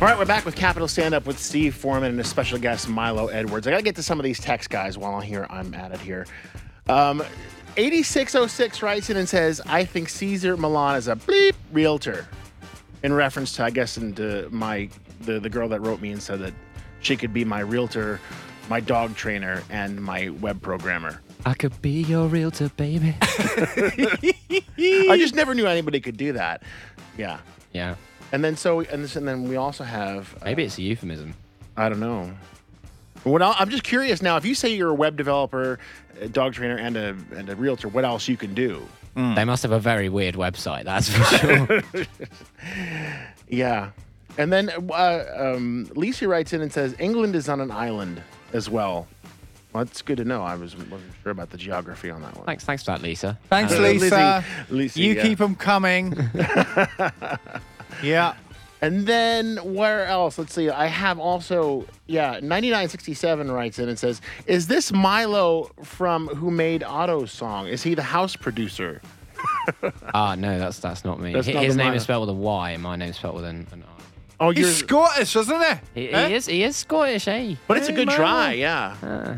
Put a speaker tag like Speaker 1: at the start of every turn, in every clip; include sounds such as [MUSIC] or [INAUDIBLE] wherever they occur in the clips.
Speaker 1: All right, we're back with Capital Stand Up with Steve Foreman and a special guest, Milo Edwards. I got to get to some of these text guys while I'm here. I'm at it here. Um, 8606 writes in and says, I think Caesar Milan is a bleep realtor. In reference to, I guess, into my the, the girl that wrote me and said that she could be my realtor, my dog trainer, and my web programmer.
Speaker 2: I could be your realtor, baby.
Speaker 1: I just never knew anybody could do that. Yeah.
Speaker 2: [LAUGHS] yeah.
Speaker 1: And then so and, this, and then we also have uh,
Speaker 2: Maybe it's a euphemism.
Speaker 1: I don't know. What el- I'm just curious now. If you say you're a web developer, a dog trainer, and a and a realtor, what else you can do?
Speaker 2: They must have a very weird website, that's for
Speaker 1: [LAUGHS]
Speaker 2: sure.
Speaker 1: Yeah. And then uh, um, Lisa writes in and says England is on an island as well. Well, that's good to know. I was wasn't sure about the geography on that one.
Speaker 2: thanks, thanks for that, Lisa.
Speaker 3: Thanks,
Speaker 1: Uh,
Speaker 3: Lisa.
Speaker 1: Lizzie- Lizzie,
Speaker 3: you
Speaker 1: yeah.
Speaker 3: keep 'em keep them
Speaker 2: [LAUGHS]
Speaker 3: coming. yeah.
Speaker 1: And then where else? Let's see. I have also, yeah, 9967 writes in and says, Is this Milo from Who Made Otto's song? Is he the house producer?
Speaker 2: Ah, no, that's that's not me.
Speaker 1: That's
Speaker 2: His
Speaker 1: not
Speaker 2: his
Speaker 1: the
Speaker 2: name
Speaker 1: minor.
Speaker 2: is spelled with a Y, and my name's spelled with an, an R.
Speaker 1: Oh, you're.
Speaker 3: He's Scottish, isn't he?
Speaker 2: He,
Speaker 3: Eh?
Speaker 2: he is he is Scottish, eh?
Speaker 1: but it's a good
Speaker 3: Hey, Uh, Milo.
Speaker 1: try, yeah.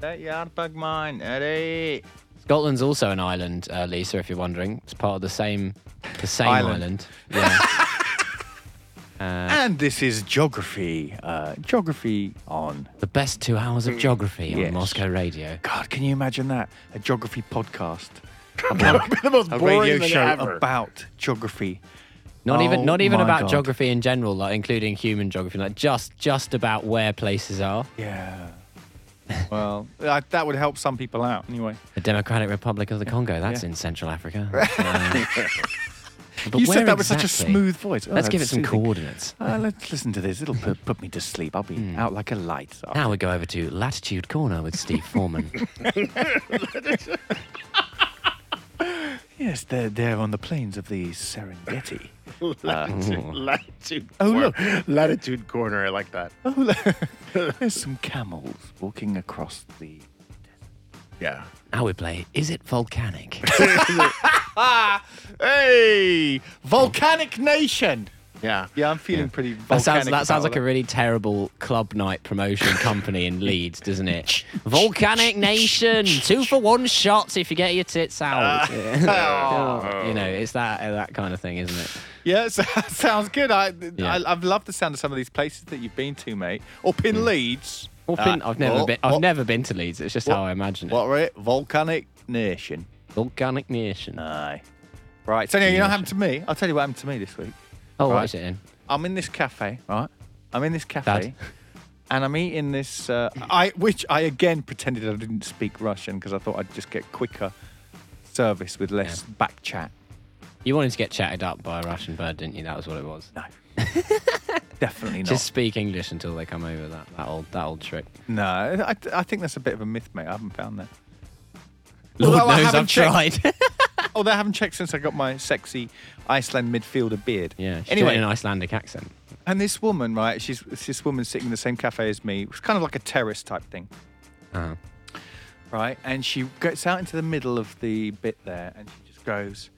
Speaker 3: That yard bug mine, Eddie.
Speaker 2: Scotland's also an island, uh, Lisa. If you're wondering, it's part of the same the same
Speaker 3: Island.
Speaker 2: island.
Speaker 1: [LAUGHS]
Speaker 2: Yeah.
Speaker 3: Uh. and this is geography. Uh, geography on.
Speaker 2: the best two hours of geography on
Speaker 3: Yes.
Speaker 2: Moscow radio.
Speaker 3: God, can you imagine that? A geography podcast.
Speaker 1: that would be [LAUGHS] the most
Speaker 3: A
Speaker 1: boring
Speaker 3: radio
Speaker 1: thing
Speaker 3: show
Speaker 1: ever.
Speaker 3: about geography.
Speaker 2: Not
Speaker 3: Oh
Speaker 2: even not even
Speaker 3: my
Speaker 2: about
Speaker 3: God.
Speaker 2: geography in general, like including human geography, like just just about where places are. [LAUGHS]
Speaker 3: Yeah. Well, I, that would help some people out anyway.
Speaker 2: The Democratic Republic of the Congo. That's
Speaker 3: Yeah.
Speaker 2: in
Speaker 3: [LAUGHS]
Speaker 2: Central Africa. Uh, [LAUGHS] but
Speaker 3: you said
Speaker 2: where
Speaker 3: that with such a
Speaker 2: exactly?
Speaker 3: smooth voice. Oh,
Speaker 2: Let's give it
Speaker 3: that's
Speaker 2: some
Speaker 3: soothing.
Speaker 2: coordinates.
Speaker 3: Uh, let's listen to this. It'll put, put me to sleep. I'll be out like a light.
Speaker 2: Now we go over to Latitude Corner with
Speaker 3: [LAUGHS]
Speaker 2: Steve Foreman.
Speaker 3: Yes, they're, they're on the plains of the [LAUGHS] Serengeti.
Speaker 1: [LAUGHS] Latitude,
Speaker 3: mm.
Speaker 1: latitude
Speaker 3: Oh,
Speaker 1: corner.
Speaker 3: look.
Speaker 1: Latitude corner. I like that.
Speaker 3: Oh, look. there's some camels walking across the.
Speaker 1: Yeah.
Speaker 2: now we play Is
Speaker 3: [LAUGHS]
Speaker 2: It Volcanic?
Speaker 3: Hey! Volcanic Nation!
Speaker 1: Yeah.
Speaker 3: Oh. [LAUGHS] Yeah, I'm feeling pretty volcanic.
Speaker 2: That sounds, that sounds
Speaker 3: about
Speaker 2: like a really terrible club
Speaker 3: [LAUGHS]
Speaker 2: night promotion company in Leeds, doesn't it? Volcanic Nation, two for one shots if you get your tits out.
Speaker 3: Uh,
Speaker 2: [LAUGHS] Yeah.
Speaker 3: oh.
Speaker 2: you know, it's that uh, that kind of thing, isn't it?
Speaker 3: Yeah, [LAUGHS] so, sounds good. I,
Speaker 2: Yeah.
Speaker 3: I I've loved the sound of some of these places that you've been to, mate. Up in Leeds.
Speaker 2: Or been,
Speaker 3: Uh,
Speaker 2: I've never
Speaker 3: what-
Speaker 2: been. I've
Speaker 3: what-
Speaker 2: never been to Leeds. It's just how I imagine it.
Speaker 3: What were it? Volcanic Nation.
Speaker 2: Volcanic Nation.
Speaker 3: Aye. Right. So anyway, you know what happened to me? I'll tell you what happened to me this week.
Speaker 2: oh,
Speaker 3: right.
Speaker 2: what is it in?
Speaker 3: I'm in this cafe, right? I'm in this cafe,
Speaker 2: Dad.
Speaker 3: and I'm eating this. Uh, I which I again pretended I didn't speak Russian because I thought I'd just get quicker service with less back chat.
Speaker 2: You wanted to get chatted up by a Russian bird, didn't you? That was what it was. [LAUGHS]
Speaker 3: No, definitely not.
Speaker 2: Just speak English until they come over. That, that old that old trick.
Speaker 3: No, I, I think that's a bit of a myth, mate. I haven't found that.
Speaker 2: Lord
Speaker 3: Although I
Speaker 2: knows
Speaker 3: haven't
Speaker 2: I've
Speaker 3: checked- [LAUGHS]
Speaker 2: tried. [LAUGHS]
Speaker 3: Although I haven't checked since I got my sexy Iceland midfielder beard.
Speaker 2: yeah. she's
Speaker 3: Anyway,
Speaker 2: doing an Icelandic accent.
Speaker 3: and this woman, right? She's it's this woman sitting in the same cafe as me. It's kind of like a terrace type thing,
Speaker 2: Uh-huh.
Speaker 3: right? And she gets out into the middle of the bit there, and she just goes,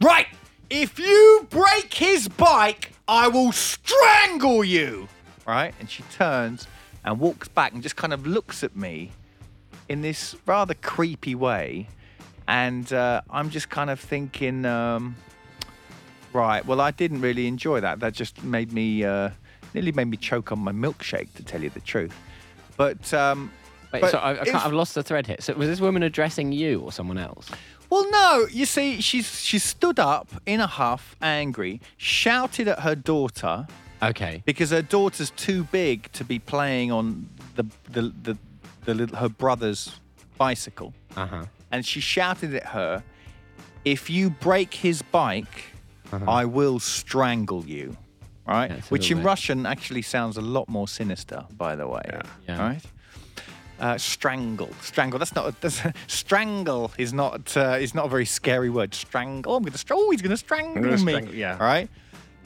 Speaker 3: "Right, if you break his bike, I will strangle you." Right? And she turns and walks back and just kind of looks at me in this rather creepy way, and uh, I'm just kind of thinking. Um, Right. Well, I didn't really enjoy that. That just made me uh, nearly made me choke on my milkshake, to tell you the truth. But, um,
Speaker 2: Wait,
Speaker 3: but
Speaker 2: so I, I
Speaker 3: if-
Speaker 2: can't, I've lost the thread here. So was this woman addressing you or someone else?
Speaker 3: well, no. You see, she's she stood up in a huff, angry, shouted at her daughter
Speaker 2: Okay.
Speaker 3: because her daughter's too big to be playing on the the the, the little, her brother's bicycle,
Speaker 2: Uh huh.
Speaker 3: and she shouted at her, "If you break his bike, I will strangle you." Right,
Speaker 2: Yeah, it's Uh-huh. a
Speaker 3: which in
Speaker 2: little bit-
Speaker 3: Russian actually sounds a lot more sinister, by the way.
Speaker 2: Yeah.
Speaker 3: Right. Uh, strangle, strangle. That's not. A, that's, strangle is not. Uh, is not a very scary word. Strangle. I'm gonna. str- Oh, he's gonna strangle
Speaker 1: gonna
Speaker 3: me.
Speaker 1: strangle- yeah.
Speaker 3: All right.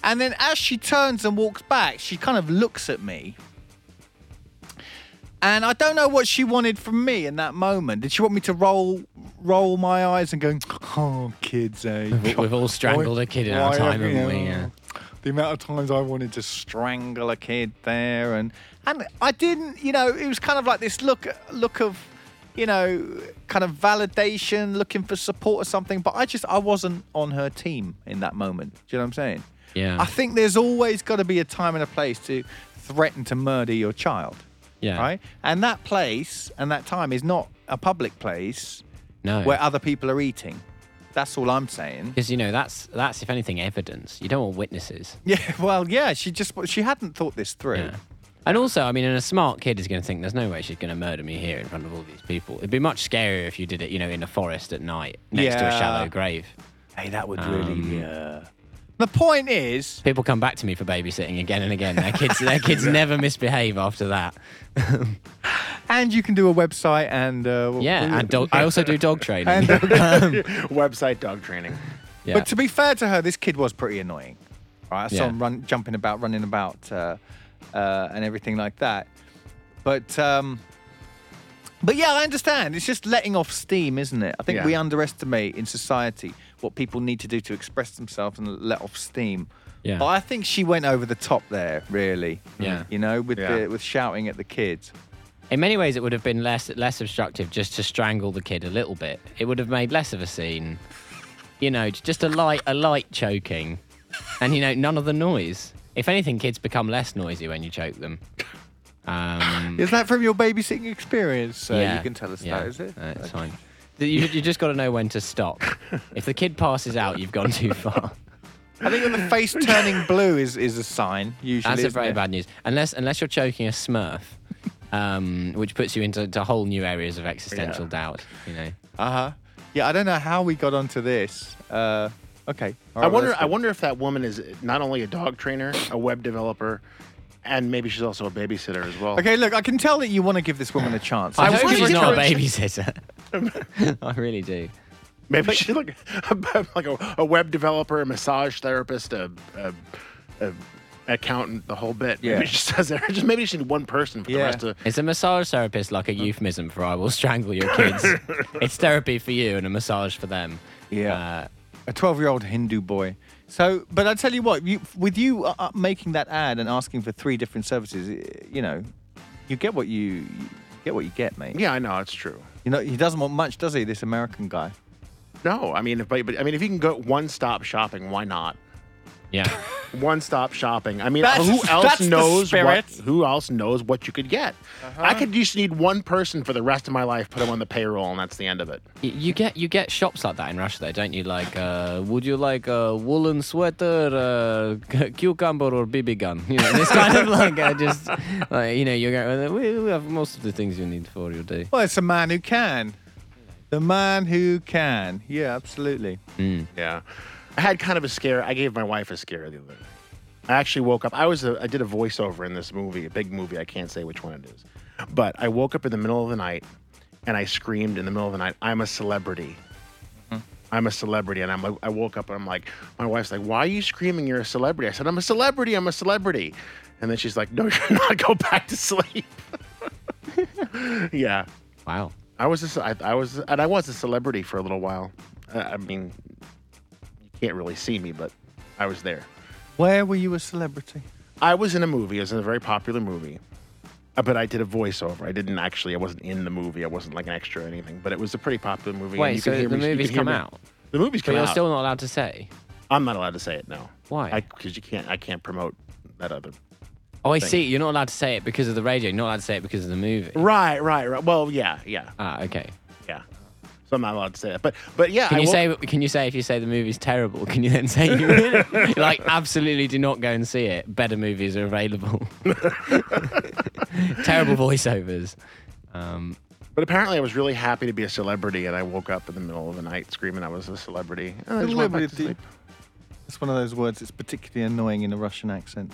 Speaker 3: And then as she turns and walks back, she kind of looks at me. And I don't know what she wanted from me in that moment. Did she want me to roll roll my eyes and go, oh, kids, eh?
Speaker 2: [LAUGHS] We've all strangled a kid in our
Speaker 3: Why
Speaker 2: time,
Speaker 3: have
Speaker 2: haven't
Speaker 3: you-
Speaker 2: we? Yeah.
Speaker 3: the amount of times I wanted to strangle a kid there, and and I didn't. You know, it was kind of like this look look of, you know, kind of validation, looking for support or something. But I just I wasn't on her team in that moment. Do you know what I'm saying?
Speaker 2: Yeah.
Speaker 3: I think there's always got to be a time and a place to threaten to murder your child.
Speaker 2: Yeah.
Speaker 3: Right. And that place and that time is not a public place
Speaker 2: No.
Speaker 3: where other people are eating. That's all I'm saying.
Speaker 2: Because you know that's that's if anything evidence. You don't want witnesses.
Speaker 3: Yeah, [LAUGHS] well, yeah, she just she hadn't thought this through.
Speaker 2: Yeah. And also, I mean, and a smart kid is going to think there's no way she's going to murder me here in front of all these people. It'd be much scarier if you did it, you know, in a forest at night next to a
Speaker 3: Yeah.
Speaker 2: shallow grave.
Speaker 3: Hey, that would
Speaker 2: Um,
Speaker 3: really. Uh... The point is,
Speaker 2: People come back to me for babysitting again and again. Their
Speaker 3: [LAUGHS]
Speaker 2: kids, their kids never misbehave after that.
Speaker 3: and you can do a website and uh, what- what
Speaker 2: Yeah,
Speaker 3: was
Speaker 2: and
Speaker 3: it?
Speaker 2: dog, I also do dog training.
Speaker 3: And dog-
Speaker 2: [LAUGHS]
Speaker 1: [LAUGHS] Website dog training.
Speaker 2: yeah.
Speaker 3: But to be fair to her, this kid was pretty annoying. Right, I saw
Speaker 2: Yeah.
Speaker 3: him run, jumping about, running about, uh, uh, and everything like that. But um, but yeah, I understand. It's just letting off steam, isn't it? I think
Speaker 1: Yeah.
Speaker 3: we underestimate in society what people need to do to express themselves and let off steam.
Speaker 2: Yeah.
Speaker 3: But I think she went over the top there, really.
Speaker 2: Yeah.
Speaker 3: You know, with
Speaker 1: Yeah.
Speaker 3: the, with shouting at the kids.
Speaker 2: in many ways, it would have been less less obstructive just to strangle the kid a little bit. It would have made less of a scene. You know, j- just a light a light choking, and you know none of the noise. If anything, kids become less noisy when you choke them. Um,
Speaker 3: Is that from your babysitting experience? So
Speaker 2: yeah,
Speaker 3: you can tell us
Speaker 2: yeah,
Speaker 3: that, is it?
Speaker 2: uh, it's fine. You, you just got to know when to
Speaker 3: [LAUGHS]
Speaker 2: stop. If the kid passes out, you've gone too far.
Speaker 3: I think when the face turning blue is, is a sign, usually.
Speaker 2: That's a
Speaker 3: isn't
Speaker 2: very
Speaker 3: it?
Speaker 2: bad news. Unless unless you're choking a Smurf, um, which puts you into to whole new areas of existential
Speaker 1: Yeah.
Speaker 2: doubt. You know.
Speaker 3: Uh huh. Yeah, I don't know how we got onto this. Uh, okay. All
Speaker 1: I
Speaker 3: right, well,
Speaker 1: wonder.
Speaker 3: that's
Speaker 1: I
Speaker 3: good.
Speaker 1: wonder if that woman is not only a dog trainer, a web developer, and maybe she's also a babysitter as well.
Speaker 3: Okay, look, I can tell that you want to give this woman a chance.
Speaker 1: I
Speaker 2: I, hope
Speaker 1: was
Speaker 2: she's
Speaker 1: wondering-
Speaker 2: not a babysitter. [LAUGHS] I really do.
Speaker 1: Maybe she's like [LAUGHS] like a, a web developer, a massage therapist, a, a, a accountant, the whole bit.
Speaker 3: Yeah.
Speaker 1: Maybe she just does it. [LAUGHS] Just maybe she need one person for the
Speaker 3: Yeah.
Speaker 1: rest of.
Speaker 2: Is a massage therapist like a euphemism for I will strangle your kids? it's therapy for you and a massage for them.
Speaker 3: Yeah.
Speaker 2: Uh,
Speaker 3: a 12 year old Hindu boy. So, but I tell you what, you, with you uh, uh, making that ad and asking for three different services, y- you know, you get what you, you get what you get, mate.
Speaker 1: Yeah, I know it's true.
Speaker 3: You know, he doesn't want much, does he? This American guy.
Speaker 1: No, I mean, if, but, but I mean, if you can go one stop shopping, why not?
Speaker 2: yeah.
Speaker 1: One stop shopping. I mean,
Speaker 3: That's-
Speaker 1: who else
Speaker 3: that's the
Speaker 1: knows what?
Speaker 3: spirit.
Speaker 1: Who else knows what you could get? I could just need one person for the rest of my life. Put them on the payroll, and that's the end of it.
Speaker 2: Y- You get you get shops like that in Russia, though, don't you? Like, uh, would you like a woolen sweater, uh, [LAUGHS] cucumber, or BB gun? You know, it's kind of [LAUGHS] like uh, just like you know, you're going. We, we have most of the things you need for your day.
Speaker 3: Well, it's a man who can. The man who can. Yeah, absolutely.
Speaker 1: Yeah. I had kind of a scare. I gave my wife a scare the other night. I actually woke up. I was a, I did a voiceover in this movie, a big movie. I can't say which one it is, but I woke up in the middle of the night and I screamed in the middle of the night. I'm a celebrity. I'm a celebrity, and I'm. like- I woke up and I'm like, my wife's like, why are you screaming? You're a celebrity. I said, I'm a celebrity. I'm a celebrity, and then she's like, no, [LAUGHS] you're not. Go back to sleep. [LAUGHS] yeah,
Speaker 2: Wow.
Speaker 1: I was a ce- I I was and I was a celebrity for a little while. I, I mean, you can't really see me, but I was there.
Speaker 3: Where were you a celebrity?
Speaker 1: I was in a movie. It was in a very popular movie, Uh, but I did a voiceover. I didn't actually. I wasn't in the movie. I wasn't like an extra or anything. But it was a pretty popular movie. and
Speaker 2: Wait,
Speaker 1: you
Speaker 2: so
Speaker 1: could hear
Speaker 2: the
Speaker 1: me- you
Speaker 2: movie's
Speaker 1: could hear
Speaker 2: come
Speaker 1: me-
Speaker 2: out,
Speaker 1: The movie's
Speaker 2: but
Speaker 1: come
Speaker 2: you're
Speaker 1: out.
Speaker 2: still not allowed to say.
Speaker 1: I'm not allowed to say it now.
Speaker 2: Why?
Speaker 1: Because you can't. I can't promote that other.
Speaker 2: Oh, I see. You're not allowed to say it because of the radio. You're not allowed to say it because of the movie.
Speaker 1: Right, right, right. Well, yeah, yeah,
Speaker 2: Ah, okay.
Speaker 1: yeah. So I'm not allowed to say that. But but yeah.
Speaker 2: Can
Speaker 1: I
Speaker 2: you
Speaker 1: woke-
Speaker 2: say? Can you say if you say the movie's terrible? Can you then say you
Speaker 3: [LAUGHS]
Speaker 2: really- [LAUGHS] like absolutely do not go and see it? Better movies are
Speaker 3: [LAUGHS]
Speaker 2: available. terrible voiceovers. Um,
Speaker 1: But apparently, I was really happy to be a celebrity, and I woke up in the middle of the night screaming I was a celebrity. And I just went back to
Speaker 3: Celebrity.
Speaker 1: sleep.
Speaker 3: It's one of those words that's particularly annoying in a Russian accent.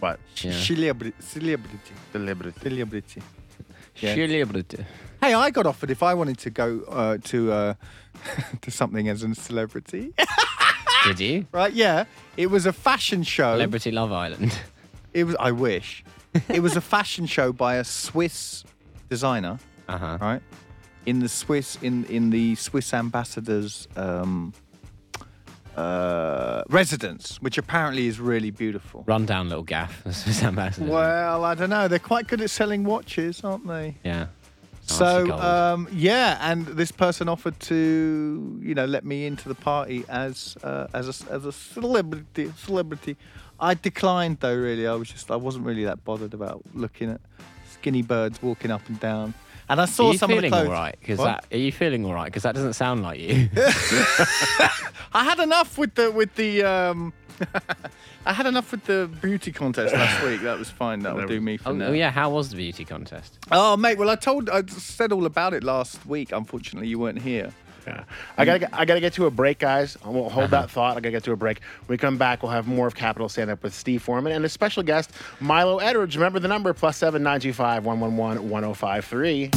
Speaker 1: But
Speaker 2: Yeah.
Speaker 3: Celebrity. Celebrity.
Speaker 1: celebrity.
Speaker 3: Celebrity. Yeah.
Speaker 2: Celebrity.
Speaker 3: Hey, I got offered if I wanted to go uh, to uh, [LAUGHS] to something as a
Speaker 2: [LAUGHS]
Speaker 3: celebrity, Ah!
Speaker 2: Did you?
Speaker 3: right? Yeah, it was a fashion show.
Speaker 2: Celebrity Love Island.
Speaker 3: It was. I wish. it was a fashion show by a Swiss designer,
Speaker 2: Uh huh.
Speaker 3: right? In the Swiss, in in the Swiss ambassador's um, uh, residence, which apparently is really beautiful.
Speaker 2: [LAUGHS] Rundown little gaff. [LAUGHS] That's what Sam Baxter did.
Speaker 3: Well, I don't know. They're quite good at selling watches, aren't they?
Speaker 2: Yeah. Fancy
Speaker 3: So
Speaker 2: gold.
Speaker 3: um, yeah, and this person offered to you know let me into the party as uh, as a, as a celebrity celebrity. I declined though. Really, I was just I wasn't really that bothered about looking at skinny birds walking up and down. And I saw
Speaker 2: are you
Speaker 3: some of the
Speaker 2: feeling
Speaker 3: clothes.
Speaker 2: all right? Because
Speaker 3: What?
Speaker 2: that are you feeling all right? Because that doesn't sound like
Speaker 3: [LAUGHS]
Speaker 2: you.
Speaker 3: I had enough with the with the. Um, [LAUGHS] I had enough with the beauty contest last week. That was fine. That'll do me for
Speaker 2: oh,
Speaker 3: now.
Speaker 2: oh yeah, how was the beauty contest?
Speaker 3: Oh mate, well I told I said all about it last week. Unfortunately, you weren't here.
Speaker 1: Yeah. I gotta, get- I gotta get to a break, guys. I won't hold that thought. I gotta get to a break. When we come back, we'll have more of Capital Stand Up with Steve Foreman and a special guest, Milo Edwards. Remember the number plus seven nine two oh five one one one one zero five three.